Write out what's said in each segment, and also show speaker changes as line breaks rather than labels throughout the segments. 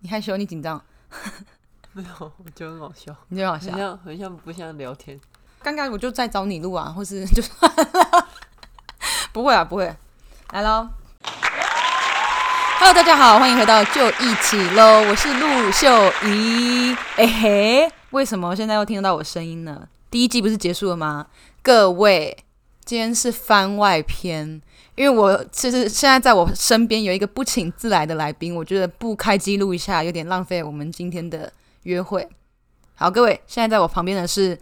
你害羞，你紧张，
没有，我觉得很好笑，
你就好
很
笑。
像很像不像聊天。
尴尬，我就再找你录啊， 或是就算了，不会啊，不会。来喽，Hello，大家好，欢迎回到就一起喽，我是陆秀怡。哎、嘿，为什么现在又听得到我声音呢？第一季不是结束了吗？各位，今天是番外篇，因为我其实现在在我身边有一个不请自来的来宾，我觉得不开机录一下有点浪费我们今天的约会。好，各位，现在在我旁边的是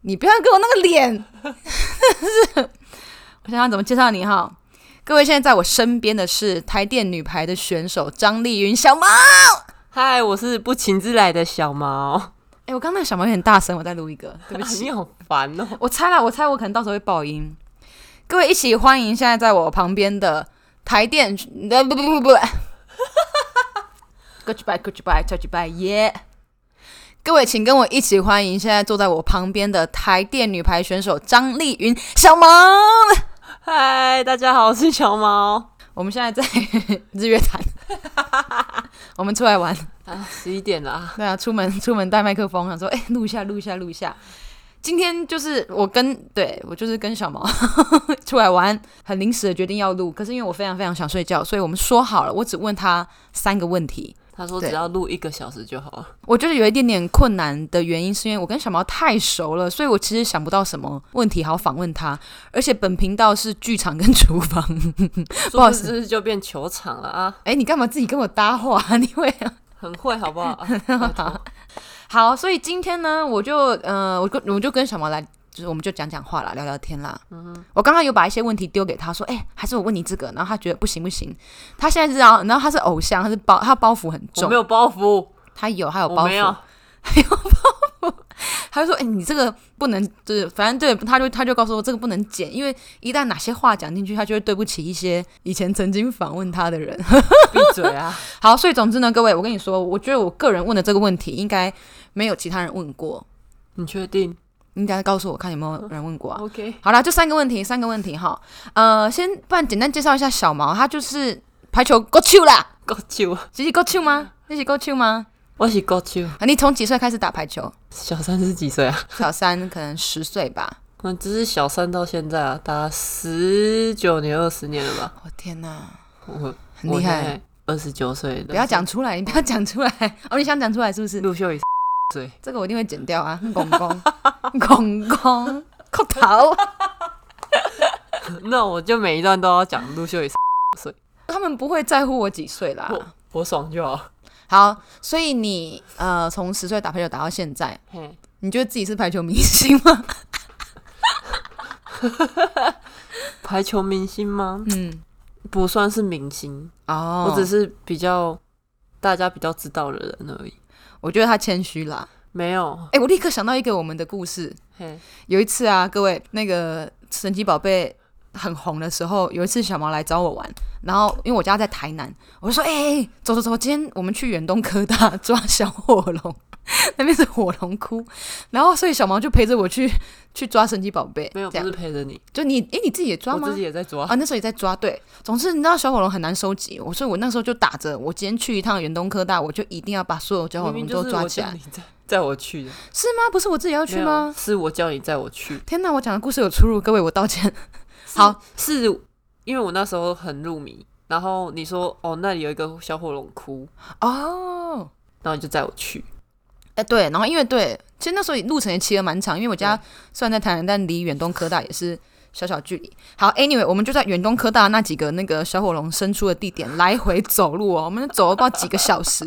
你不要给我那个脸， 是我想想怎么介绍你哈。各位，现在在我身边的是台电女排的选手张丽云小毛。
嗨，我是不请自来的小毛，
哎、我刚刚那个小毛有点大声，我再录一个，对
对
不
不
起。
起，你 好烦哦。
我猜了，我猜我可能到时候会爆音。各位一起欢迎现在在我旁边的台电，呃不不不不，Goodbye Goodbye Goodbye 耶！各位，请跟我一起欢迎现在坐在我旁边的台电女排选手张丽云小毛。
嗨，大家好，我是小毛。
我们现在在 日月潭， 我们出来玩。
啊，十一点啦，
对啊，出门出门带麦克风，想说哎，诶录一下，录一下，录一下。今天就是我跟对我就是跟小毛 出来玩，很临时的决定要录，可是因为我非常非常想睡觉，所以我们说好了，我只问他三个问题。
他说
对
只要录一个小时就好了。
我觉得有一点点困难的原因，是因为我跟小毛太熟了，所以我其实想不到什么问题好访问他。而且本频道是剧场跟厨房，
不
好
好
意
意
思
思，就变球场了啊，
哎，你干嘛自己跟我搭话？ 你会
很会好不 好？啊拜托
好，所以今天呢，我就呃，我跟我就跟小毛来，就是我们就讲讲话啦，聊聊天啦。嗯，我刚刚有把一些问题丢给他说，哎、还是我问你这个，然后他觉得不行不行，他现在知道，然后他是偶像，他是包他包袱很
我
重
没，有包袱，
他有他有
我
包
没有
袱，，他就说，哎、你这个不能，就是反正对，他就他就告诉我这个不能剪，因为一旦哪些话讲进去，他就会对不起一些以前曾经访问他的人。
闭嘴啊！
好，所以总之呢，各位，我跟你说，我觉得我个人问的这个问题，应该没有其他人问过，
你确定
你等一下告诉我看有没有人问过啊？
？OK，
好啦，就三个问题，三个问题哈。呃，先不然简单介绍一下小毛，他就是排球够球啦，
够久，
这是够球吗？这是够球吗？
我是够久。
啊，你从几岁开始打排球？
小三是几岁啊？
小三可能十岁吧。
嗯，只是小三到现在啊，打十九年、二十年了吧？
我、哦天哪，
我
很厉害！，
二十九岁，
不要讲出来，你不要讲出来。 哦，你想讲出来是不是？
陆 秀怡岁，
这个我一定会剪掉啊，公公， 公公，扣头。
那我就每一段都要讲陆秀怡岁，
他们不会在乎我几岁啦。
我 我爽就好。
好，所以你呃，从十岁打排球打到现在，
嘿，
你觉得自己是排球明星吗？
排球明星吗？
嗯，
不算是明星，
哦，
我只是比较大家比较知道的人而已。
我觉得他谦虚啦。
没有，
哎、我立刻想到一个我们的故事。
嘿，
有一次啊，各位，那个神奇宝贝很红的时候，有一次小毛来找我玩，然后因为我家在台南，我就说：“哎、欸，走走走，今天我们去远东科大 抓小火龙，那边是火龙窟。”然后所以小毛就陪着我去去抓神奇宝贝，
没有，
这样
不是陪着你，
就你哎、你自己也抓
我
吗？
自己也在抓。
啊，那时候也在抓对。总之，你知道小火龙很难收集，我所以我那时候就打着我今天去一趟远东科大，我就一定要把所有小火龙
明明
都
就是
抓
我
起来
叫。你载载我去的，
是吗？不是我自己要去吗
没有？是我叫你载我去。
天哪，我讲的故事有出入，各位我道歉。 好，
是因为我那时候很入迷，然后你说哦那里有一个小火龙窟，
哦，
然后你就载我去。
哎对，然后因为对，其实那时候路程也骑得蛮长，因为我家虽然在台南，但离远东科大也是小小距离。好，anyway，我们就在远东科大那几个那个小火龙生出的地点来回走路哦，我们走了不知道几个小时。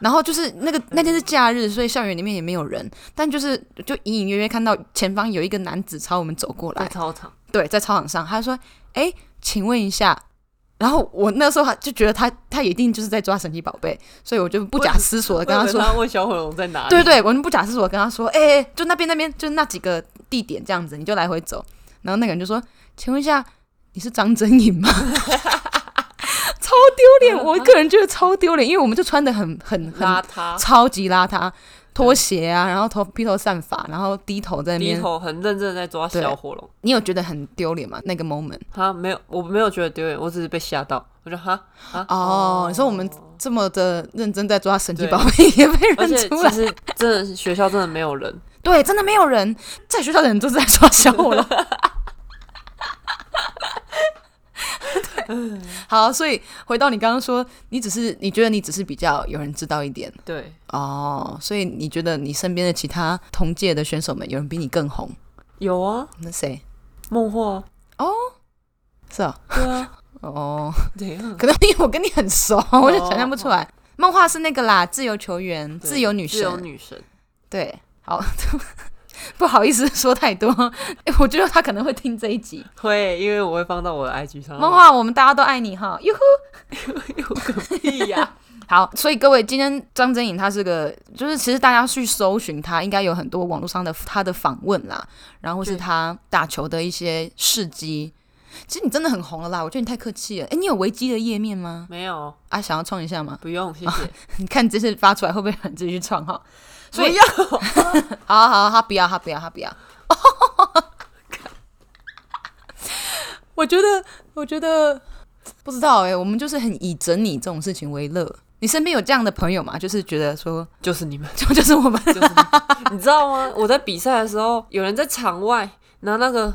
然后就是那个那天是假日，所以校园里面也没有人，但就是就隐隐约约看到前方有一个男子朝我们走过来
在，操场，
对，在操场上，他说：“哎，请问一下。”然后我那时候还就觉得他他一定就是在抓神奇宝贝，所以我就不假思索的跟他
我以为
说
他问小火龙在哪：“里？
对对，我就不假思索地跟他说，哎、就那边那边，就那几个地点这样子，你就来回走。”然后那个人就说：“请问一下，你是张真颖吗？” 超丢脸，我个人觉得超丢脸，因为我们就穿的很很很
嗯邋遢，
超级邋遢。拖鞋啊，然后头披头散发，然后低头在那
低
边。
头很认真地在抓小火龙。
你有觉得很丢脸吗？那个 moment？
他没有，我没有觉得丢脸，我只是被吓到。我 说哈啊
哦，你说我们这么的认真在抓神奇
对
宝贝也被
而且
认出
其
来，
实真的是学校真的没有人，
对，真的没有人在学校的人都是在抓小火龙。对
嗯
好，所以回到你刚刚说，你只是你觉得你只是比较有人知道一点
对，
哦，所以你觉得你身边的其他同届的选手们有人比你更红？
有啊，
那谁
梦话，
是啊？
对啊，
哦，
怎样？
可能因为我跟你很熟，
哦
我就想象不出来。漫画是那个啦，自由球员，
对
自由女
自由
神，
女神，
对，好， 不好意思说太多， 哎我觉得他可能会听这一集。
会，因为我会放到我的 IG 上。
漫画，我们大家都爱你哈，哟呵。
有个屁呀、
好，所以各位，今天张真颖她是个，就是其实大家去搜寻她，应该有很多网络上的她的访问啦，然后是
对
她打球的一些事迹。其实你真的很红了啦，我觉得你太客气了。哎，你有维基的页面吗？
没有，
啊，想要创一下吗？
不用，谢谢。
你看这次发出来会不会很自己去创哈？所以
不要，
好啊好啊，他不要，他不要，他不要。 我觉得，我觉得不知道哎、我们就是很以整你这种事情为乐。你身边有这样的朋友吗？就是觉得说，
就是你们，
就就是我们
就是你们，你知道吗？我在比赛的时候，有人在场外拿那个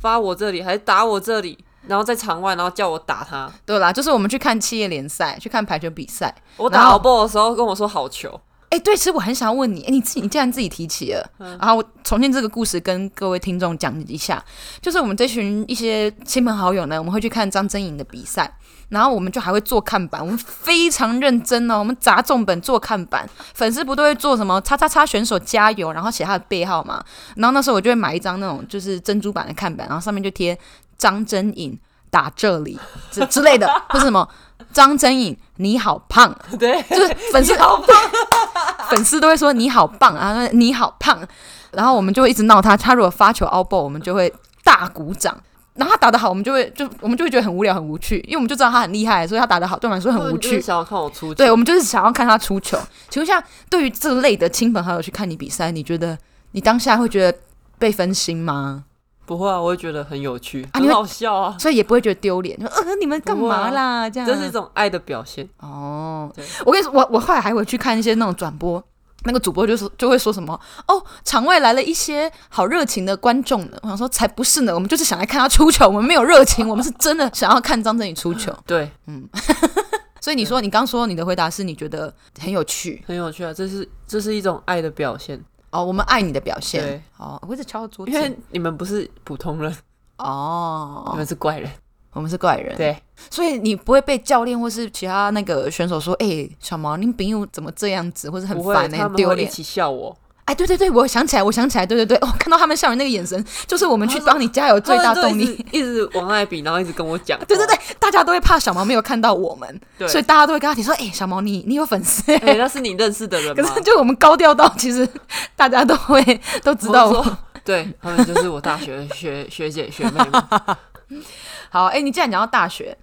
发我这里，还打我这里，然后在场外，然后叫我打他。
对啦，就是我们去看企业联赛，去看排球比赛。
我
然
打
后
好 ball 的时候跟我说好球，
哎、对，其实我很想要问你，哎、你自己你竟然自己提起了，
嗯
然后我重新这个故事跟各位听众讲一下，就是我们这群一些亲朋好友呢，我们会去看张真颖的比赛，然后我们就还会做看板，我们非常认真哦，我们砸重本做看板，粉丝不都会做什么叉叉叉选手加油，然后写他的背号嘛，然后那时候我就会买一张那种就是珍珠版的看板，然后上面就贴张真颖打这里之之类的，或是什么张真颖你好胖，
对，
就是粉丝
你好棒，
粉丝都会说你好棒啊，他说你好胖，然后我们就会一直闹他。他如果发球 out ball，我们就会大鼓掌。然后他打得好，我们就会就我们就会觉得很无聊、很无趣，因为我们就知道他很厉害，所以他打得好对我们来说
他
很
们
无
就是
趣。
想要看我出
对，
球，
我们就是想要看他出球。请问一下，对于这类的亲朋好友去看你比赛，你觉得你当下会觉得被分心吗？
不会啊，我会觉得很有趣，
啊你
很
会
好笑啊，
所以也不会觉得丢脸，就呃你们干嘛啦？这样
这是一种爱的表现。
哦
对，
我跟你说，我我后来还会去看一些那种转播，那个主播就说就会说什么哦，场外来了一些好热情的观众呢。我想说，才不是呢，我们就是想来看他出球，我们没有热情，我们是真的想要看张振宇出 球。
对，
所以你说，你刚说你的回答是你觉得很有趣
很有趣啊，这是这是一种爱的表现，
哦，我们爱你的表现
对
哦，我一直敲桌
因为
子
你们不是普通人，你
哦，
们是怪人，
我们是怪人，
对，
所以你不会被教练或是其他那个选手说，哎、小毛，你朋友怎么这样子，或者很
不会，
烦、欸，
他
很
们
丢
会一
脸。
起笑我，
哎，对对对，我想起来，我想起来，对对对，我、看到他们笑人那个眼神，就是我们去
他们
帮你加油最
哦
大动力。，
他们就一直，一直往那里比，然后一直跟我讲
对对对，大家都会怕小毛没有看到我们，
哦对
所以大家都会跟他提说：“哎、小毛你你有粉丝、欸。
哎，那是你认识的人
可
吗？
是就我们高调到，其实大家都会都知道
我
我。
说。对他们就是我大学的学学姐学妹 嘛，
好，哎、你既然讲到大学，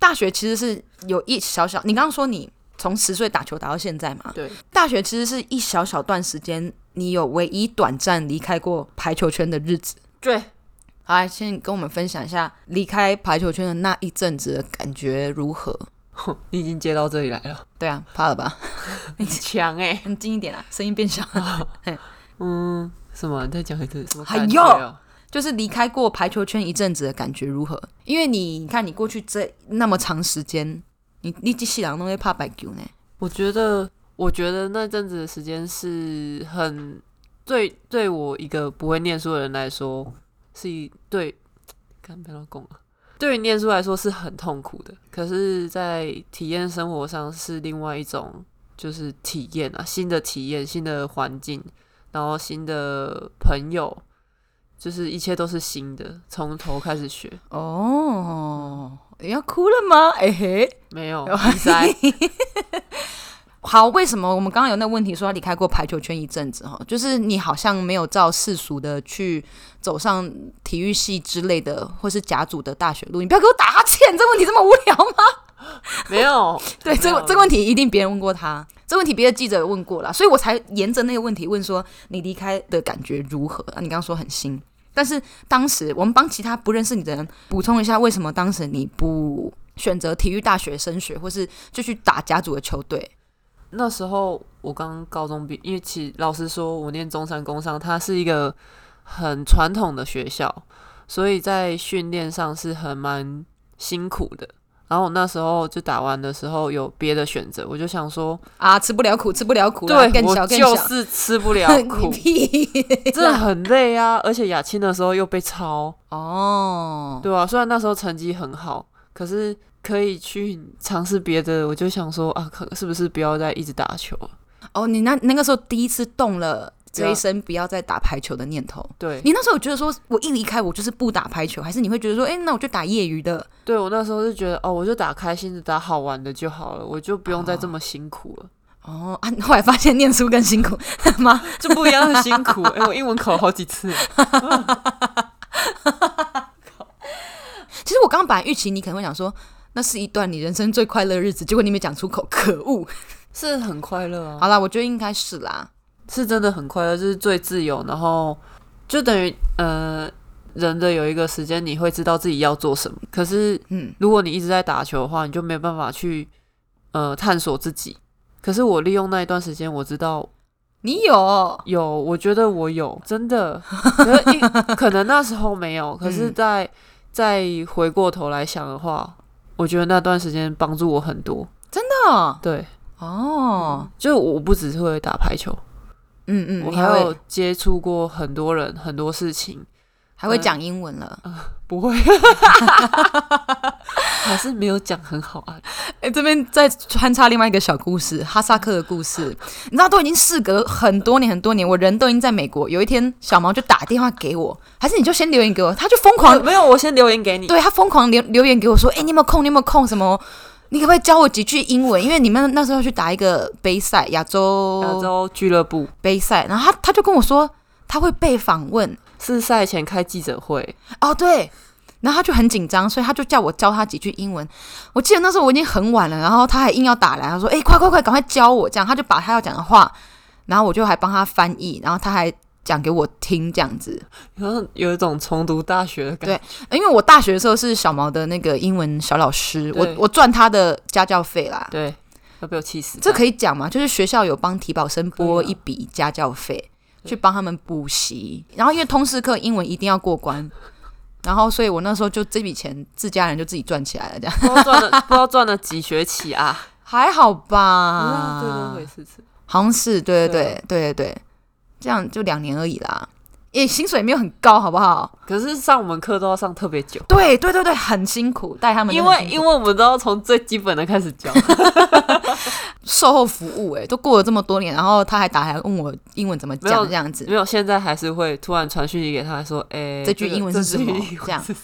大学其实是有一小小，你刚刚说你从十岁打球打到现在嘛，
对，
大学其实是一小小段时间，你有唯一短暂离开过排球圈的日子。
对，
好，来先跟我们分享一下离开排球圈的那一阵子的感觉如何？
哼你已经接到这里来了，
对啊，怕了 吧？
很强哎，
你近一点啊，声音变小。
嗯，什么？你再讲一次，什么
哎
感觉
呦
哦？
就是离开过排球圈一阵子的感觉如何？因为你你看，你过去这那么长时间，你你这细人都会怕白球呢。
我觉得，我觉得那阵子的时间是很对对我一个不会念书的人来说，是一对，看不要讲了。对于念书来说是很痛苦的，可是，在体验生活上是另外一种，就是体验啊，新的体验、新的环境，然后新的朋友，就是一切都是新的，从头开始学。
哦，要哭了吗？哎、嘿，
没有，
啊
比 赛
好，为什么我们刚刚有那个问题说他离开过排球圈一阵子哈？就是你好像没有照世俗的去走上 体育系之类的，或是甲组的大学路。你不要给我打哈欠，这问题这么无聊吗？
没有，
对，这个
没有
这个问题一定别人问过他，这个问题别的记者也问过了，所以我才沿着那个问题问说你离开的感觉如何？啊，你刚刚说很新，但是当时我们帮其他不认识你的人补充一下，为什么当时你不选择体育大学升学，或是就去打甲组的球队？
那时候我刚高中毕，因为其实老实说，我念中山工商，它是一个很传统的学校，所以在训练上是很蛮辛苦的。然后我那时候就打完的时候有别的选择，我就想说，
啊，吃不了苦，吃不了苦啦，
对
更小
我
更
就
小，
是吃不了
你
苦，
屁
真的很累啊！而且亚青的时候又被抄，
哦，
对啊，虽然那时候成绩很好，可是可以去尝试别的。我就想说啊，可是不是不要再一直打球啊了？
哦，你那那个时候第一次动了这
对
一
啊
生不要再打排球的念头。
对，
你那时候有觉得说，我一离开我就是不打排球，还是你会觉得说，哎、那我就打业余的？
对我那时候就觉得哦，我就打开心的、打好玩的就好了，我就不用再这么辛苦了，
哦啊，后来发现念书更辛苦 吗？
就不一样的辛苦。哎、我英文考好几次，
其实我刚刚本来预期你可能会讲说，那是一段你人生最快乐的日子，结果你没讲出口，可恶！
是很快乐啊，
好啦，我觉得应该是啦。
是真的很快乐，就是最自由，然后就等于呃，人的有一个时间你会知道自己要做什么，可是
嗯，
如果你一直在打球的话，你就没有办法去呃探索自己。可是我利用那一段时间，我知道
你有
有，我觉得我有，真 的。可是因可能那时候没 有，可是
嗯
在，再回过头来想的话，我觉得那段时间帮助我很多。
哦
对，
哦，
就我不只是会打排球，
嗯嗯，
我
你
还
还
有
会
接触过很多人、很多事情。
还
呃
会讲英文了。
不会， 还是没有讲很好 啊。
哎、这边再穿插另外一个小故事，哈萨克的故事。你知道，都已经事隔很多年很多年，我人都已经在美国。有一天，小毛就打电话给我，还是你就先留言给我，他就疯狂
没有，我先留言呃给你。
对他疯狂留留言给我说：“哎、你有没有空？你有没有空？什么？你可不可以教我几句英文？因为你们那时候要去打一个杯赛，亚
亚
洲
洲俱乐部
杯赛，然后他他就跟我说他会被访问，
是赛前开记者会，
哦对，然后他就很紧张，所以他就叫我教他几句英文。我记得那时候我已经很晚了，然后他还硬要打来，他说：哎、快快快，赶快教我！这样他就把他要讲的话，然后我就还帮他翻译，然后他还讲给我听这样子。
然后有一种重读大学的感觉。
因为我大学的时候是小毛的那个英文小老师，我
对
我赚他的家教费啦。
对，要被我气死。
这可以讲吗？就是学校有帮体保生拨
可以啊
一笔家教费，
对
去帮他们补习。然后因为通识课英文一定要过关，然后所以我那时候就这笔钱自家人就自己赚起来了，这样
不知道赚了，不知道赚了几学期啊？
还好
啊，对对
吧
对，？是是。
好像是对对
对
对对对对，这样就两年而已啦。也薪水没有很高，好不好？
可是上我们课都要上特别久，
对对对对，很辛苦，带他们
因
真的很
为
辛苦
因为我们都要从最基本的开始教。
售后服务、哎，都过了这么多年，然后他还打来问我英文怎么
没有
讲这样子，
没有，现在还是会突然传讯息给他说：“哎、
这句英文
这
是什么
这句英文
这样
是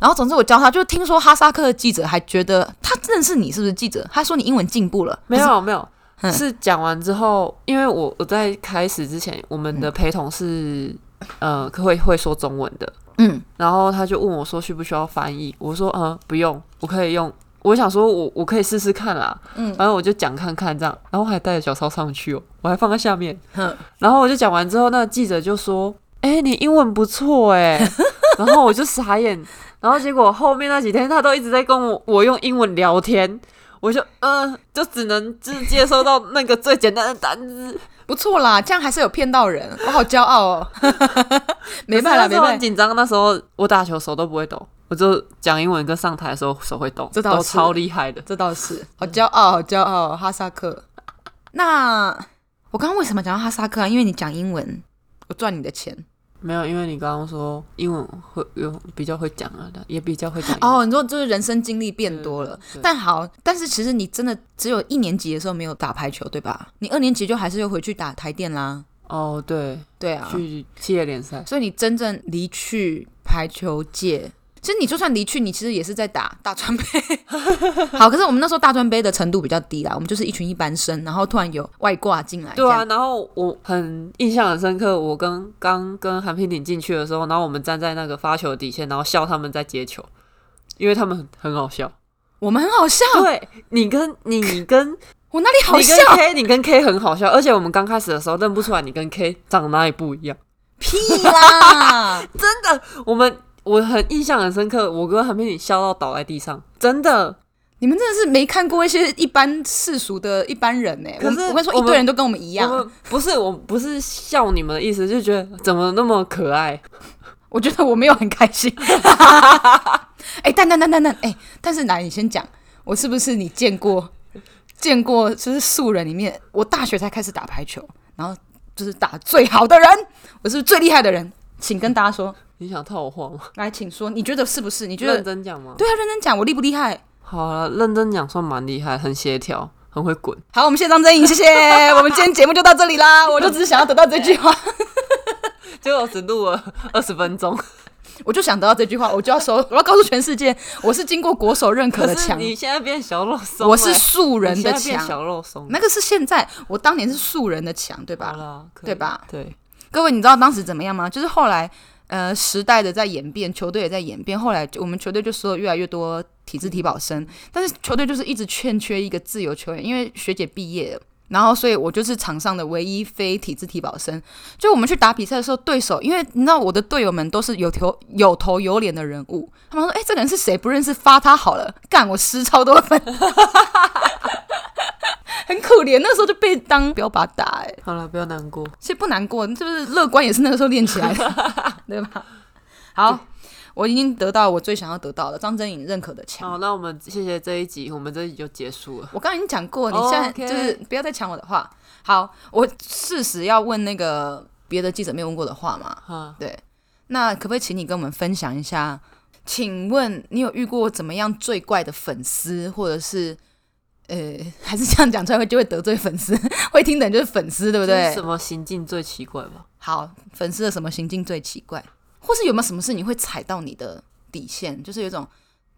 然后总之我教他，就听说哈萨克的记者还觉得他认识你是不是记者？他说你英文进步了，
没有没有，
嗯
是讲完之后，因为我我在开始之前，我
嗯
们的陪同是、呃会会说中文的，
嗯，
然后他就问我说需不需要翻译，我说嗯不用，我可以用。我想说我我可以试试看啦，
嗯
然后我就讲看看这样，然后我还带着小抄上去哦，我还放在下面，
哼
然后我就讲完之后，那记者就说：“哎、你英文不错 哎、然后我就傻眼，然后结果后面那几天他都一直在跟我我用英文聊天，我就嗯、呃就只能只接收到那个最简单的单字，
不错啦，这样还是有骗到人， 我好骄傲哦。 没办法，没
可是那时
办
候很
法，
紧张，那时候我打球手都不会抖，我就讲英文跟上台的时候手会抖，
这倒
都
是
超厉害的。
这倒是好骄傲，好骄傲，哈萨克。那我刚刚为什么讲到哈萨克啊？因为你讲英文，我赚你的钱
没有，因为你刚刚说英文会有比较会讲啊，也比较会讲英文。
哦。你说就是人生经历变多了，
对
但好，但是其实你真的只有一年级的时候没有打排球，对吧？你二年级就还是又回去打台电啦，
哦，对，
对啊，
去企业联赛，
所以你真正离去排球界，其实你就算离去，你其实也是在打大专杯。 好，可是我们那时候大专杯的程度比较低啦，我们就是一群一班生，然后突然有外挂进来，
对啊，，然后我很印象很深刻，我跟刚跟韩平鼎进去的时候，然后我们站在那个发球底线，然后笑他们在接球，因为他们很很好笑。
我们很好笑，
对你跟你跟
我哪里好
你
笑？
跟 K，你跟 K 很好笑，而且我们刚开始的时候认不出来你跟 K 长得哪里不一样。
屁啦！
真的，我们我很印象很深刻，我哥很被你笑到倒在地上，真的。
你们真的是没看过一些一般世俗的一般人呢、欸
可是
我我跟你说，
我
一
们
堆人都跟我们一样。
我们不是我不是笑你们的意思，就觉得怎么那么可爱。
我觉得我没有很开 心。哎、但但但但但，哎、但是奶，你先讲，我是不是你见过见过就是素人里面，我大学才开始打排球，然后就是打最好的人，我是不是最厉害的人？请跟大家说，
你想套我话 吗？
来，请说，你觉得是不是？你觉得
认真讲吗？
对啊，认真讲，我厉不厉害？
好了，认真讲算蛮厉害，很协调，很会滚。
好，我们谢谢张真颖，谢谢。我们今天节目就到这里啦，我就只是想要得到这句话，
结果只录了二十分 钟，
我就想得到这句话，我就要说，我要告诉全世界，我是经过国手认可
可
的
是
强，
你现在变小肉松了，
我是素人的
你现在变
强。
小肉松了，
那个是现在，我当年是素人的强，对
好
吧？
了，可以
对？吧？
对，
各位，你知道当时怎么样吗？就是后来，呃，时代的在演变，球队也在演变。后来就我们球队就说越来越多体制体保生，但是球队就是一直欠缺一个自由球员，因为学姐毕业了。然后，所以我就是场上的唯一非体制体保生。就我们去打比赛的时候，对手因为你知道我的队友们都是有头有头有脸的人物，他们说：“哎、这个人是谁？不认识，发他好了。”干，我失超多分， 很可怜。那时候就被当标靶打、哎。
好了，不要难过。
所以不难过，就是乐观也是那个时候练起来的， 对吧？好，我已经得到我最想要得到的张真颖认可的强。
好，那我们谢谢这一集，我们这一集就结束了。
我刚刚已经讲过，你
哦
现在
OK
就是不要再抢我的话。好，我事实要问那个别的记者没有问过的话嘛？
哈，
对，那可不可以请你跟我们分享一下？请问你有遇过怎么样最怪的粉丝，或者是呃，还是这样讲出来会就会得罪粉丝， 会听的人就是粉丝，对不
这
对
是？什么行径最奇怪吧？
好，粉丝的什么行径最奇怪，或是有没有什么事你会踩到你的底线？就是有一种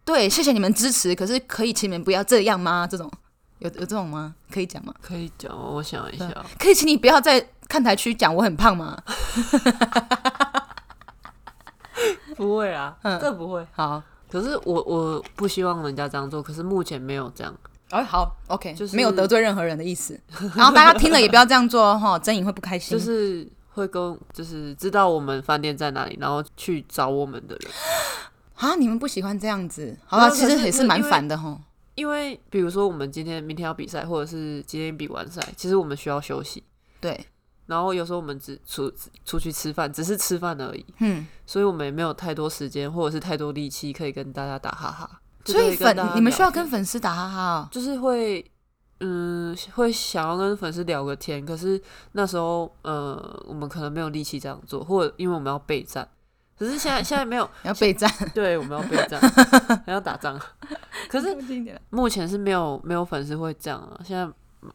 对，谢谢你们支持，可是可以请你们不要这样吗？这种有有这种吗？可以讲吗？
可以讲，我想一下。
可以请你不要在看台区讲我很胖吗？
不会啊，
嗯
这不会。
好，
可是我我不希望人家这样做，可是目前没有这样。
哎、好，OK，
就是
没有得罪任何人的意思。然后大家听了也不要这样做哦哈，真颖会不开心。
就是会跟就是知道我们饭店在哪里，然后去找我们的人。
啊，你们不喜欢这样子，好
没
吧？
有
其实
可是
也是蛮烦的哈。
因为比如说我们今天明天要比赛，或者是今天比完赛，其实我们需要休息。
对，
然后有时候我们只出出去吃饭，只是吃饭而已，
嗯，
所以我们也没有太多时间或者是太多力气可以跟大家打哈哈。就
所
可
以
跟
粉
大家
你们
聊
需要
天
跟粉丝打哈哈哦。
就是会，嗯，会想要跟粉丝聊个天，可是那时候，呃，我们可能没有力气这样做，或者因为我们要备战，可是现在现在没有，
你要备战，
对，我们要备战，还要打仗， 可是目前是没有没有粉丝会这样啊，现在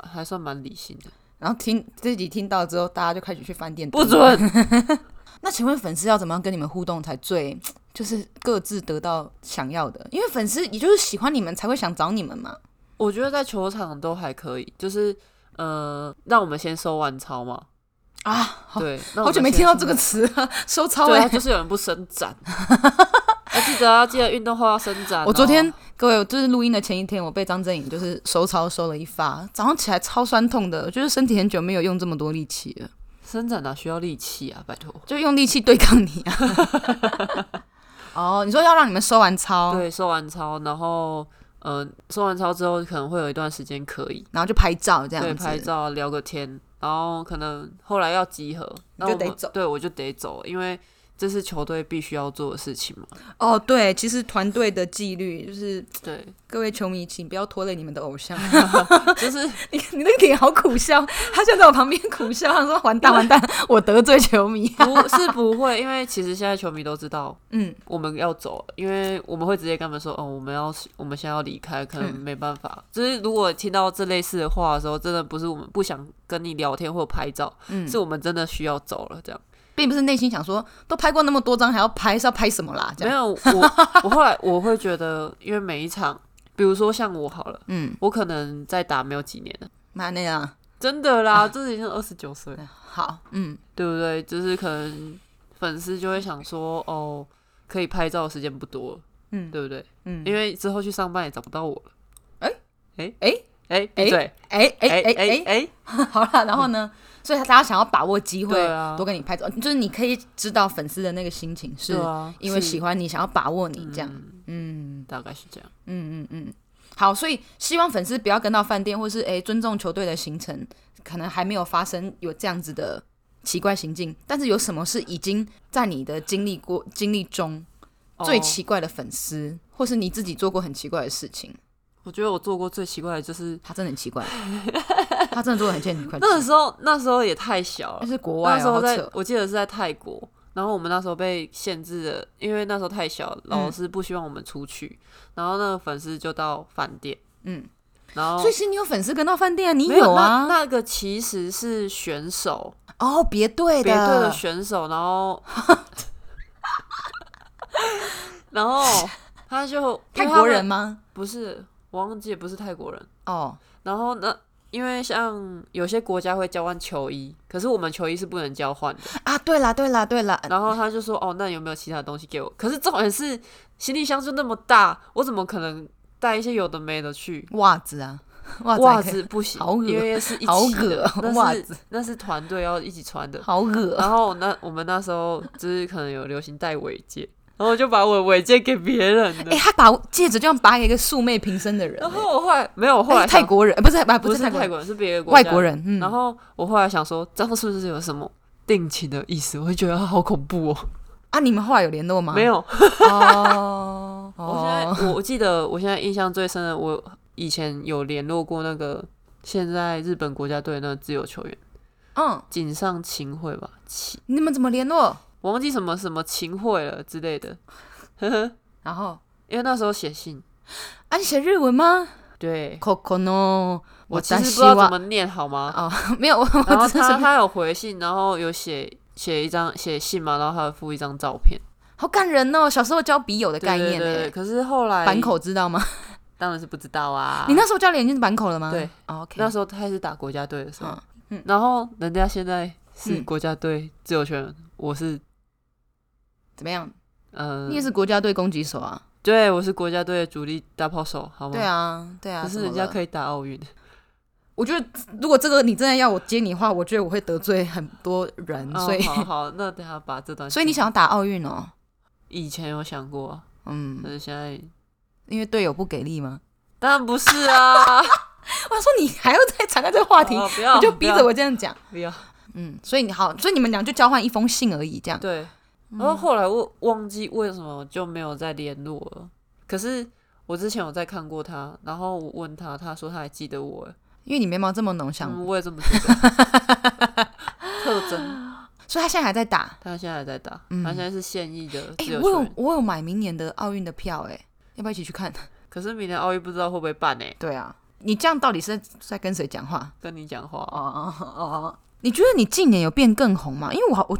还算蛮理性的，
然后听自己听到之后，大家就开始去饭店。
不准
那请问粉丝要怎么样跟你们互动才最就是各自得到想要的？因为粉丝也就是喜欢你们才会想找你们嘛。
我觉得在球场都还可以，就是呃，让我们先收完操嘛，
啊，好
对，那我
好久
们
没
先
听到
收
这个词了， 收操
对
哎、
啊，就是有人不 伸展。要记得啊，记得运动后要伸展哦、
我昨天各位，就是录音的前一天，我被张振颖就是收操收了一发，早上起来超酸痛的，就是身体很久没有用这么多力气了，
伸展哪需要力气啊？拜托。
就用力气对抗你啊。 哦，你说要让你们收完操，
对，收完操，然后呃，收完操之后可能会有一段时间可以
然后就拍照这样
对
子，
拍照聊个天，然后可能后来要集合，
你
那
就
我
得
们
走
对，我就得走，因为这是球队必须要做的事情 嘛。
哦，对，其实团队的纪律就是
对，
各位球迷，请不要拖累你们的偶像。
就是
你你那个脸好苦笑，他就在我旁边苦笑，他说：“完蛋完蛋，我得罪球迷。
不是不会，因为其实现在球迷都知道”
嗯，
我们要走了，因为我们会直接跟他们说，哦，我们要我们现在要离开，可
嗯
能没办法。就是如果听到这类似的话的时候，真的不是我们不想跟你聊天或拍照，
嗯
是我们真的需要走了这样。
并不是内心想说都拍过那么多张，还要拍是要拍什么啦？这
没
样，
有，我我后来我会觉得，因为每一场，比如说像我好了，
嗯，
我可能再打没有几年了，
妈那样啊
真 的啦，这已经二十九岁，
好，嗯，
对不对？就是可能粉丝就会想说，哦，可以拍照的时间不多了，
嗯
对不对？
嗯，
因为之后去上班也找不到我了。
哎
哎
哎
哎，闭嘴！
哎哎
哎
哎
哎
哎
哎，
哎，好了，然后呢？所以大家想要把握机会
对，啊
多，跟你拍照，就是你可以知道粉丝的那个心情是
对啊，
因为
是
喜欢你，想要把握你这样。嗯
大概是这样。
嗯嗯嗯，好，所以希望粉丝不要跟到饭店，或是诶尊重球队的行程，可能还没有发生有这样子的奇怪行径，但是有什么是已经在你的经历过经历中最
哦
奇怪的粉丝，或是你自己做过很奇怪的事情，
我觉得我做过最奇怪的就是
他真的很奇怪， 他真的做的很奇怪，
那个时候，那时候也太小
那
了。
是国外、
那
哦，
时候
好
在
扯，
我记得是在泰国，然后我们那时候被限制了，因为那时候太小，
嗯
老师不希望我们出去，然后那个粉丝就到饭店，
嗯，
然后
所以是你有粉丝跟到饭店啊，你
哦没有
啊？
那那个其实是选手，
哦，别队的，
别队的选手，然后然后他就
泰国，
因为他
人
们
吗？
不是，我忘记了不是泰国人，
哦，
然后呢？因为像有些国家会交换球衣，可是我们球衣是不能交换的。
啊，对啦，对啦，对啦，
然后他就说：“哦，那有没有其他东西给我？”可是重点是行李箱就那么大，我怎么可能带一些有的没的去？
袜子啊，袜子
袜
还可以
子不行，
好恶
因为是一
好
起的
恶袜
那是
子
那是团队要一起穿的。
好恶
然后那我们那时候就是可能有流行戴尾戒，然后我就把我尾戒给别人了
哎、。他把戒指这样拔给一个素昧平生的人、
然
欸，
后我后来没有，我后来
哎泰
想
国人，哎不是不
不
是
是
泰
泰
国
国人，是别的国
外
家
国人，嗯，
然后我后来想说，这样是不是有什么定情的意思？我就觉得好恐怖哦。
啊，你们后来有联络吗？
没，有，
哦，
我现在
哦，
我我记得我现在印象最深的，我以前有联络过那个现在日本国家队那个自由球员
嗯，
井上晴惠吧，晴
你们怎么联络？
我忘记什么什么晴惠了之类的，呵呵，
然后，
因为那时候写信，
啊，你写日文吗
对
？Coco no，
我其
担
实不知
心
道怎
哇，
么念 好吗？
哦，没有，我
然后
我只是
他
随便
他有回信，然后有写写一张写信嘛，然后还有附一张照片
好感人哦，小时候交笔友的
对
概念、欸，
对对对可是后来
板口知道吗？
当然是不知道啊。
你那时候教练已经是板口了吗？
对
哦，OK，
那时候开始打国家队的时候，
嗯嗯
然后人家现在是
嗯
国家队自由球员，我是
怎么样？
呃，
你也是国家队攻击手啊？
对，我是国家队的主力大炮手，好吗？
对，啊，对啊，
可是
怎么
人家
了
可以打奥运，
我觉得如果这个你真的要我接你的话，我觉得我会得罪很多人，嗯所以
哦、好好，那等下把这段，
所以你想要打奥运哦，
以前有想过啊，
嗯
但，是现在
因为队友不给力吗？
当然不是啊，
我想说你还要再展开这个话题，
哦不要，
你就
不
逼
要
着我这样讲，
不要，
嗯，所以你好，所以你们俩就交换一封信而已，这样，
对，
嗯
然后后来我忘记为什么就没有再联络了，可是。我之前有在看过他，然后我问他，他说他还记得我，欸
因为你眉毛这么浓，想，
嗯，我也这么觉 得，特征。
所以他现在还在打。
他现在还在打，
嗯
他现在是现役的
哎、
自由
我
球员。
有我有买明年的奥运的票、哎，要不要一起去看？
可是明年奥运不知道会不会办呢、欸
对啊，你这样到底是在在跟谁讲话？
跟你讲话、
哦哦哦哦！你觉得你近年有变更红吗？因为我好我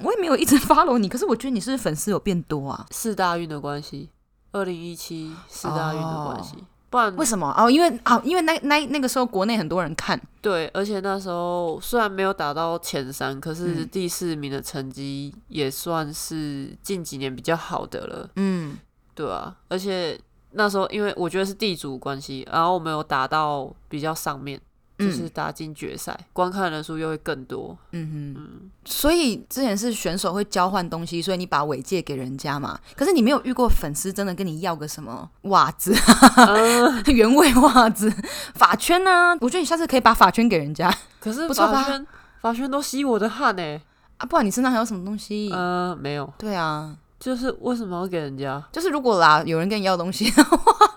我也没有一直 follow 你，可是我觉得你是不是粉丝有变多啊？
四大运的关系，二零一七四大运的关系，不然
为什么？哦，因为啊、因为那那那个时候国内很多人看，
对，而且那时候虽然没有打到前三，可是
嗯
第四名的成绩也算是近几年比较好的了，
嗯
对啊，而且那时候因为我觉得是地主关系，然后我们有打到比较上面，就
嗯
是打进决赛，观看人数又会更多，
嗯哼，
嗯，
所以之前是选手会交换东西，所以你把尾戒给人家嘛。可是你没有遇过粉丝真的跟你要个什么袜子、啊
嗯
原味袜子、发圈呢、我觉得你下次可以把发圈给人家
可是
不错吧
法圈法圈都吸我的汗呢、欸
啊，不然你身上还有什么东西？
呃，没有，
对啊，
就是为什么要给人家
就是如果啦，有人跟你要东西，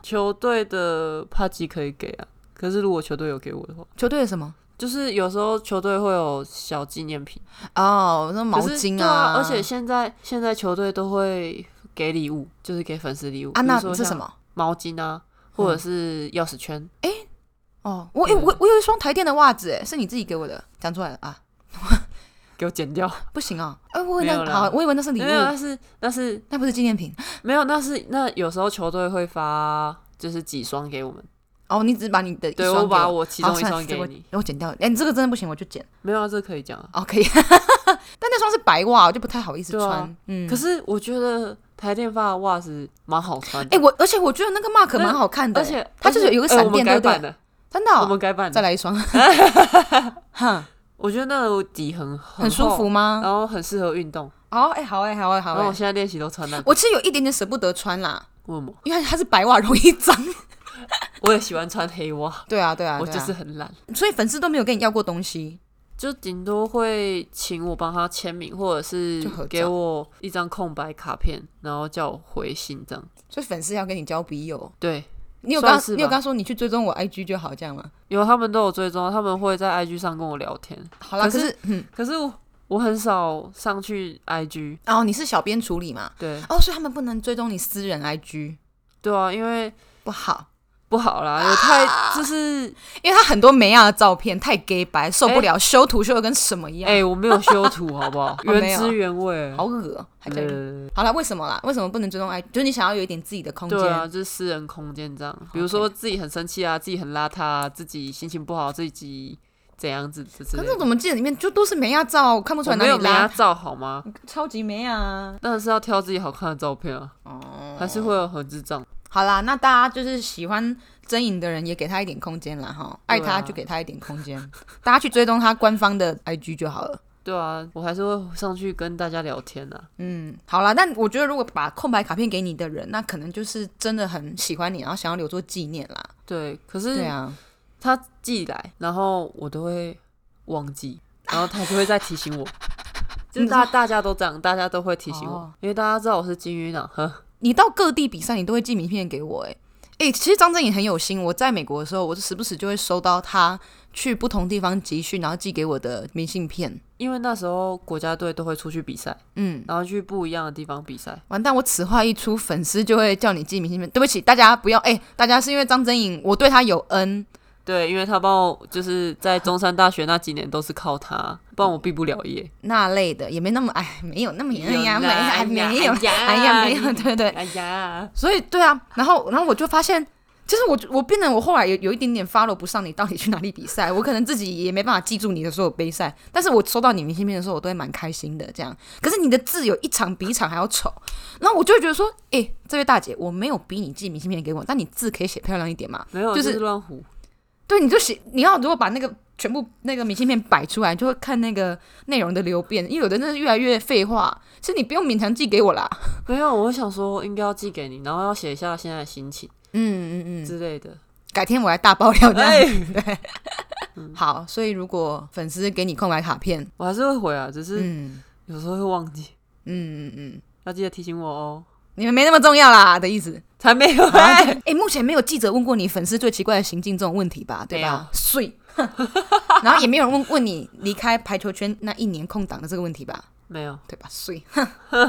球队的帕基可以给啊？可是如果球队有给我的话，
球队有什么？
就是有时候球队会有小纪念品，
哦，那毛
可是
巾
对啊，而
而
且现在现在球队都会给礼物，就是给粉丝礼物
啊，那
比如说
是什
像
么？
毛巾啊，或者是钥匙圈。
哦，我诶、
嗯
我我有一双台电的袜子，诶，是你自己给我的，讲出来了啊，
给我剪掉，
不行啊，哎、我以为
没有
那
啦
好，我以为那是礼
没
物，
有，啊那是那是
那不是纪念品。
没有，那是那有时候球队会发就是几双给我们，
哦，你只把你的一
对
双
我
给
把
我
我其
好
中一
算了
双给
我
你，
我剪掉，哎、你这个真的不行，我就剪。
没有啊，这可以讲啊。
哦，可以，但那双是白袜，我就不太好意思
对啊
穿。嗯，
可是我觉得台电发的袜子蛮好穿的，
哎、我而且我觉得那个 mark
那
蛮好看的、
而且
它就是有一个
呃
闪
我们
电
改
对不对
版的，
真的
我
哦、
们改版
再
的。
来一双，哈，
我觉得那个底很
很舒
厚
服，吗？
然后很适合运动。
哦，哎、好哎、好哎、好
然
哎、
后我现在练习都穿那个，
我其实有一点点舍不得穿啦，
为什么？
因为它是白袜，容易 脏。
我也喜欢穿黑袜，
对啊，对啊，
我
对啊
就是很懒，
所以粉丝都没有跟你要过东西，
就顶多会请我帮他签名，或者是
就合照
给我一张空白卡片，然后叫我回信这样。
所以粉丝要跟你交笔友。
对，
你有刚
算是吧
你有刚说你去追踪我 IG 就好，这样吗？
有他们都有追踪，他们会在 IG 上跟我聊天，
好啦，可
可是
是嗯，
可是我我很少上去 IG。
哦，你是小编处理嘛？
对
哦，所以他们不能追踪你私人 IG，
对啊，因为
不好，
不好啦，有太就是
因为他很多美亚的照片太 gay 白，受不了，修图修的跟什么一样，哦
哎、我没有修图，好不好？
没有啊
原汁原味。
好恶，还在。
呃，
好啦，为什么啦？为什么不能追踪 IG？就是你想要有一点自己的空间。
对啊，就是私人空间这样。比如说自己很生气啊，自己很邋遢、啊，自己心情不好，自己怎样子之之
可
类
是我
的。
怎么记得里面就都是美亚照，我看不出
我
来哪
没
里
有拿
邋遢，
照好吗？
超级美亚啊。
当然是要挑自己好看的照片啊，
哦，
还是会有很智障。
好啦，那大家就是喜欢真颖的人，也给他一点空间啦哈，爱
对啊
他就给他一点空间， 大家去追踪他官方的 IG 就好了。
对啊，我还是会上去跟大家聊天啊。
嗯，好啦，但我觉得如果把空白卡片给你的人，那可能就是真的很喜欢你，然后想要留作纪念啦。
对，可
对
是
啊，
他寄来，然后我都会忘记，然后他就会再 提醒我。就是大大家都这样，大家都会提醒我
哦，
因为大家知道我是金鱼脑，呵，
你到各地比赛，你都会寄名片给我、欸，诶、其实张真颖很有心。我在美国的时候，我就时不时就会收到他去不同地方集训，然后寄给我的明信片。
因为那时候国家队都会出去比赛，
嗯，
然后去不一样的地方比赛。
完蛋！我此话一出，粉丝就会叫你寄明信片。对不起，大家不要哎、大家是因为张真颖，我对他有恩。
对，因为他帮我就是在中山大学那几年都是靠他，不然我毕不了业。
那类的也没那么哎，没有那么哎呀，
有
没
啦
哎
哎
没
呀
有，哎呀没
哎呀
有，对对，
哎呀，
所以对啊，然后然后我就发现，就是我我变得我后来有有一点点 follow 不上你到底去哪里比赛，我可能自己也没办法记住你的所有杯赛，但是我收到你明信片的时候，我都会蛮开心的这样。可是你的字有一场比一场还要丑，然后我就会觉得说，诶，这位大姐，我没有逼你寄明信片给我，但你字可以写漂亮一点嘛？
没有，
就
就是是乱胡。
对，你就写，你要如果把那个全部那个明信片摆出来，就会看那个内容的流变，因为有的真的是越来越废话，其实你不用勉强寄给我啦。
没有，我想说应该要寄给你，然后要写一下现在的心情
嗯嗯嗯。
之类的。
改天我来大爆料这样。
哎
对，好，所以如果粉丝给你空白卡片，
我还是会回啊，只是
嗯
有时候会忘记，
嗯嗯嗯，
要记得提醒我哦。
你们没那么重要啦的意思。
才没有
哎、
哎，
诶目前没有记者问过你粉丝最奇怪的行径这种问题吧？对
没
吧
有？
碎。 然后也没有人问问你离开排球圈那一年空档的这个问题吧？
没有，
对吧？碎。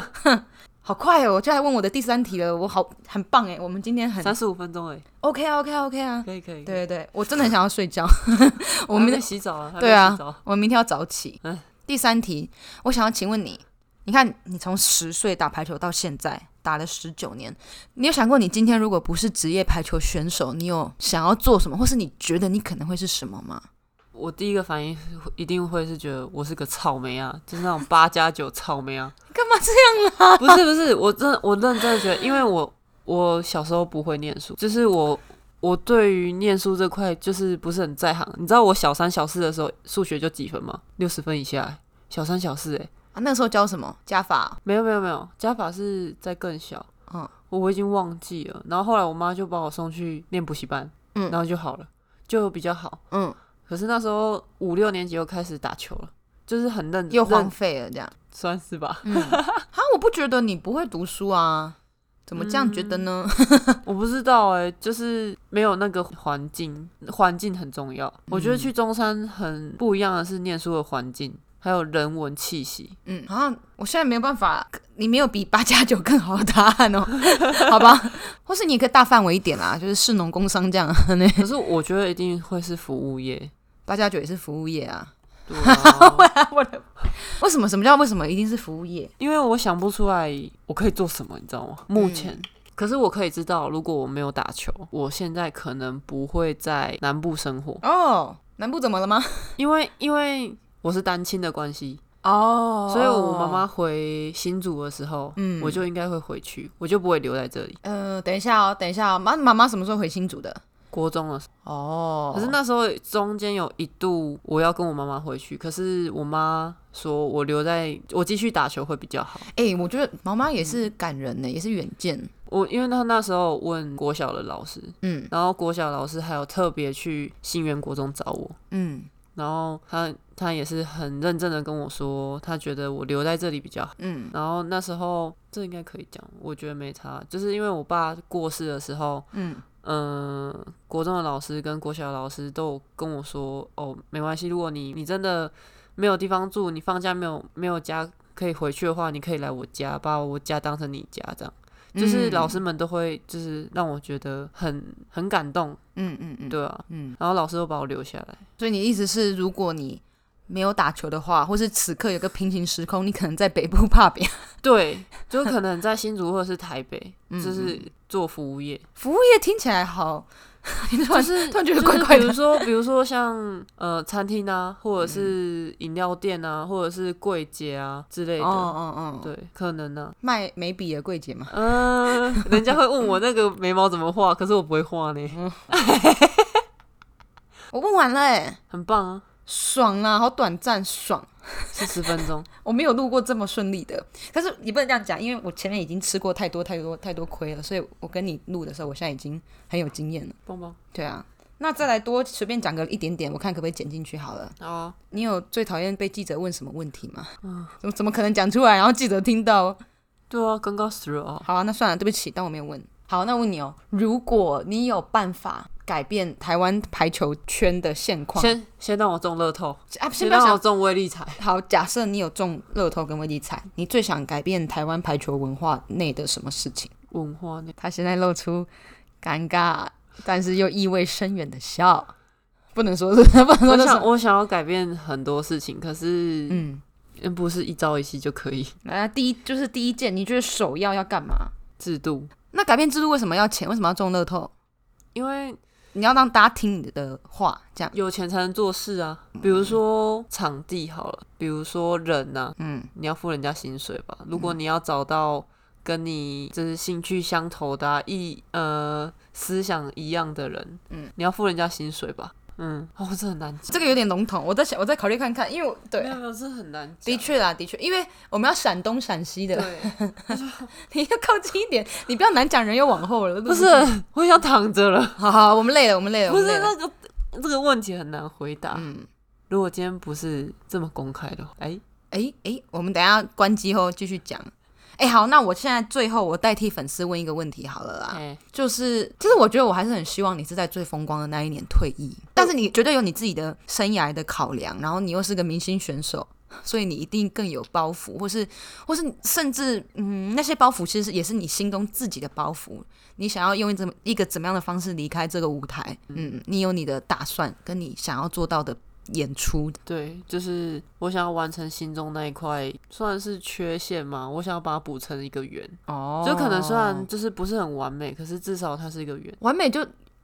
好快哦！就来问我的第三题了，我好很棒哎！我们今天很
三十嗯五分钟哎，
OK 啊，OK 啊，OK 啊。
可以可以。
对对对，我真的很想要睡 觉。
还没，
我们
在洗澡啊，还没
对啊
洗澡，
我们明天要早起
嗯。
第三题，我想要请问你，你看你从十岁打排球到现在，打了十九年，你有想过你今天如果不是职业排球选手，你有想要做什么，或是你觉得你可能会是什么吗？
我第一个反应是一定会是觉得我是个草莓啊，就是那种八加九草莓啊。
干嘛这样？
不是不是，我真的我认真的觉得，因为我我小时候不会念书，就是我我对于念书这块就是不是很在行。你知道我小三小四的时候数学就几分吗？六十分以下、欸。小三小四哎、欸，
啊，那时候教什么加法？
没有没有没有，加法是在更小。
嗯
嗯，我已经忘记了。然后后来我妈就把我送去念补习班，
嗯
嗯，然后就好了，就比较好。
嗯，
可是那时候五六年级又开始打球了，就是很认
又荒
认
废了这样。
算是吧。
嗯，啊，我不觉得你不会读书啊，怎么这样觉得呢？
我不知道哎、就是没有那个环境，环境很重要。我觉得去中山很不一样的是念书的环境，还有人文气息。
嗯，好像我现在没有办法，你没有比八加九更好的答案哦， 好吧？或是你也可以大范围一点啦，就是市农工商这样。
可是我觉得一定会是服务业。
八加九也是服务业啊，
对、啊，
为什么？什么叫为什么一定是服务业？
因为我想不出来我可以做什么，你知道吗？目前。嗯可是我可以知道，如果我没有打球，我现在可能不会在南部生活，
哦，南部怎么了吗？
因为因为我是单亲的关系，
哦
所以我妈妈，回新竹的时候，
嗯
我就应该会回去，我就不会留在这里。
呃，等一下哦，等一下哦，妈妈妈什么时候回新竹的？
国中的时
哦
候，可是那时候中间有一度我要跟我妈妈回去，可是我妈说我留在我继续打球会比较好。
哎、我觉得妈妈也是感人呢，也是远见。
我因为她那时候问国小的老师，
嗯
然后国小老师还有特别去新源国中找我，
嗯
然后他他也是很认真的跟我说，他觉得我留在这里比较好。
嗯
然后那时候这应该可以讲，我觉得没差，就是因为我爸过世的时候，
嗯，
嗯、国中的老师跟国小的老师都有跟我说，哦，没关系，如果你你真的没有地方住，你放假没有没有家可以回去的话，你可以来我家，把我家当成你家这样。
嗯
就是老师们都会，就是让我觉得很很感动，
嗯嗯嗯，
对啊，
嗯，
然后老师又把我留下来，
所以你的意思是，如果你没有打球的话，或是此刻有个平行时空，你可能在北部怕别
对，就可能在新竹或者是台北，
嗯
就是做服务业，
服务业听起来好， 你 突
就
然
是
突然觉得
就
怪
是
怪
比如
的。
说， 比如说像呃餐厅啊，或者是饮料店啊，或者是柜姐啊之类
嗯哦
的。
哦哦，
对，可能呢、
卖眉笔的柜姐嘛，
嗯、人家会问我那个眉毛怎么画，可 是我不会画
嗯
呢，
我问完了哎，
很棒啊，
爽啦，好短暂，爽。
四十分 钟，
我没有录过这么顺利的，但是你不能这样讲，因为我前面已经吃过太多太多太多亏了，所以我跟你录的时候，我现在已经很有经验了。
棒棒，
对啊，那再来多随便讲个一点点，我看可不可以剪进去好了。
好啊、
你有最讨厌被记者问什么问题吗？
嗯
怎么怎么可能讲出来，然后记者听到？
对啊，刚刚死了啊，
好啊，那算了，对不起，但我没有问。好，那我问你哦，如果你有办法改变台湾排球圈的现况，
先先让我中乐透，
啊，先
先
不要
让我
想。
中威力彩，
好，假设你有中乐透跟威力彩，你最想改变台湾排球文化内的什么事情？
文化呢？
他现在露出尴尬但是又意味深远的笑，不能说是， 不能说
我
是什
想
么。
我想要改变很多事情，可是
嗯，
嗯不是一朝一夕就可以
来，第一就是第一件，你觉得首要要干嘛？
制度，
那改变制度为什么要钱？为什么要中乐透？
因为
你要让大家听你的话，这样。
有钱才能做事啊，比如说场地好了，比如说人呐、
嗯
你要付人家薪水吧。如果你要找到跟你就是兴趣相投的、啊、一呃思想一样的人，
嗯，
你要付人家薪水吧。嗯，哦，这很难讲，
这个有点笼统，我再想，我再考虑看看，因为我对
没有
啊，
没有，这很难
的
讲。
确啦，的确，因为我们要闪东闪西的，
对，
你要靠近一点，你不要难讲人又往后了。
不是， 我想躺着了。
好好，我们累了，我们累了，
不
我们累
是
了
那个这个问题很难回答。
嗯，
如果今天不是这么公开的话，哎、
哎哎，我们等一下关机后继续讲。哎，好，那我现在最后我代替粉丝问一个问题好了啦。
哎、
就是，其实我觉得我还是很希望你是在最风光的那一年退役，但是你绝对有你自己的生涯的考量，然后你又是个明星选手， 所以你一定更有包袱，或是或是甚至嗯，那些包袱其实也是你心中自己的包袱，你想要用一怎么一个怎么样的方式离开这个舞台，嗯，你有你的打算跟你想要做到的演出，
对，就是我想要完成心中那一块算是缺陷嘛，我想要把它补成一个圆。
哦
就可能虽然就是不是很完美，可是至少它是一个圆。
完美就，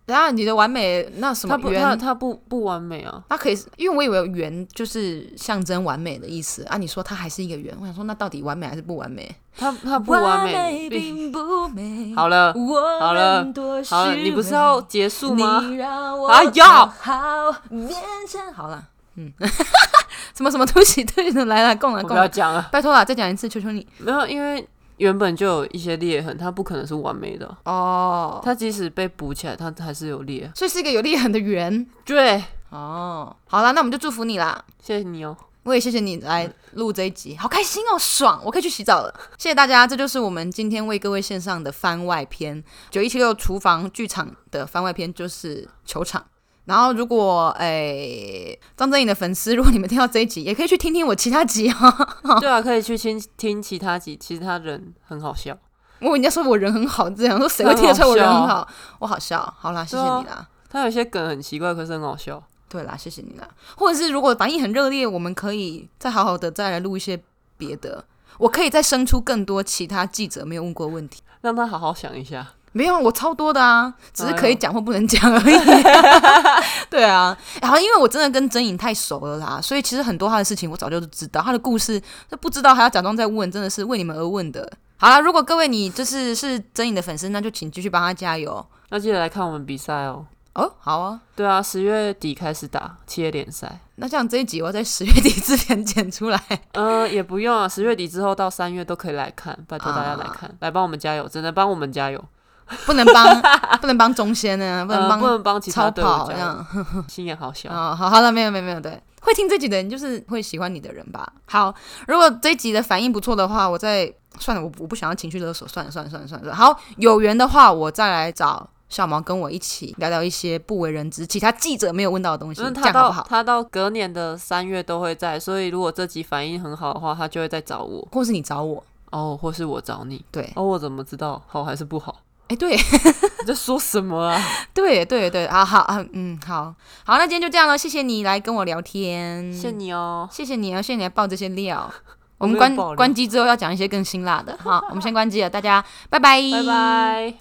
然后你的完美那什么
它不，它
圆
它不不完美啊。
那可以是，因为我以为圆就是象征完美的意思啊。你说它还是一个圆，我想说那到底完美还是不完美？
它它不完美。并
并不美。
好了
好
了好了，你不是要结束吗？啊要
好勉强好了，嗯，哎什么什么，对不起，对不起，来了，共了
我
共
不要
了，
讲了，
拜托了，再讲一次，求求你
没有，因为原本就有一些裂痕，它不可能是完美的。
哦。
它即使被补起来，它还是有裂。
所以是一个有裂痕的圆
对，
哦。好了，那我们就祝福你啦。
谢谢你哦。
我也谢谢你来录这一集，好开心哦，爽！我可以去洗澡了。谢谢大家，这就是我们今天为各位献上的番外篇。九一七六厨房剧场的番外篇就是球场。然后，如果诶张真颖的粉丝，如果你们听到这一集，也可以去听听我其他集哦。
对啊，可以去听听其他集，其他人很好笑。
我人家说我人很好，这样说谁会听得出来我人很好？我好笑。好啦，谢谢
对啊
你啦。
它有些梗很奇怪，可是很好笑。
对啦，谢谢你啦。或者是如果反应很热烈，我们可以再好好的再来录一些别的。我可以再生出更多其他记者没有问过的问题。
让他好好想一下。
没有，我超多的啊，只是可以讲或不能讲而已。 对啊，然后因为我真的跟真颖太熟了啦，所以其实很多他的事情我早就知道，他的故事就不知道还要假装在问，真的是为你们而问的。好啦，如果各位你就是是真颖的粉丝，那就请继续帮他加油
那记得来看我们比赛哦。
哦。好啊，
对啊，十月底开始打企业联赛，
那这样这一集我要在十月底之前剪出来。
嗯、也不用啊，十月底之后到三月都可以来看，拜托大家来看，
啊
来帮我们加油，只能帮我们加油，
不能帮 不能帮中仙呢，不能
呃、不
帮
能帮其
超
他队伍
跑
加
这
油，
样。
心眼好小。
哦，好好了，没有没有没有，对，会听这集的人就是会喜欢你的人吧。好，如果这一集的反应不错的话，我再算了，我我不想要情绪勒索，算了算了算了算了。好，有缘的话，我再来找小毛跟我一起聊聊一些不为人知、其他记者没有问到的东西，
因为
这
嗯他
样好
到
不好？
他到隔年的三月都会在，所以如果这集反应很好的话，他就会再找我
或是你找我，
哦，或是我找你
对，
哦，我怎么知道好还是不好？
哎，对
你在说什么啊？
对对对，好好，啊嗯，好好，那今天就这样了，谢谢你来跟我聊天，
谢你哦，
谢谢你啊，谢谢你来爆这些料。我
我
们
没有
关
爆料嗯
关机之后要讲一些更辛辣的，好，我们先关机了，大家拜拜，
拜。拜。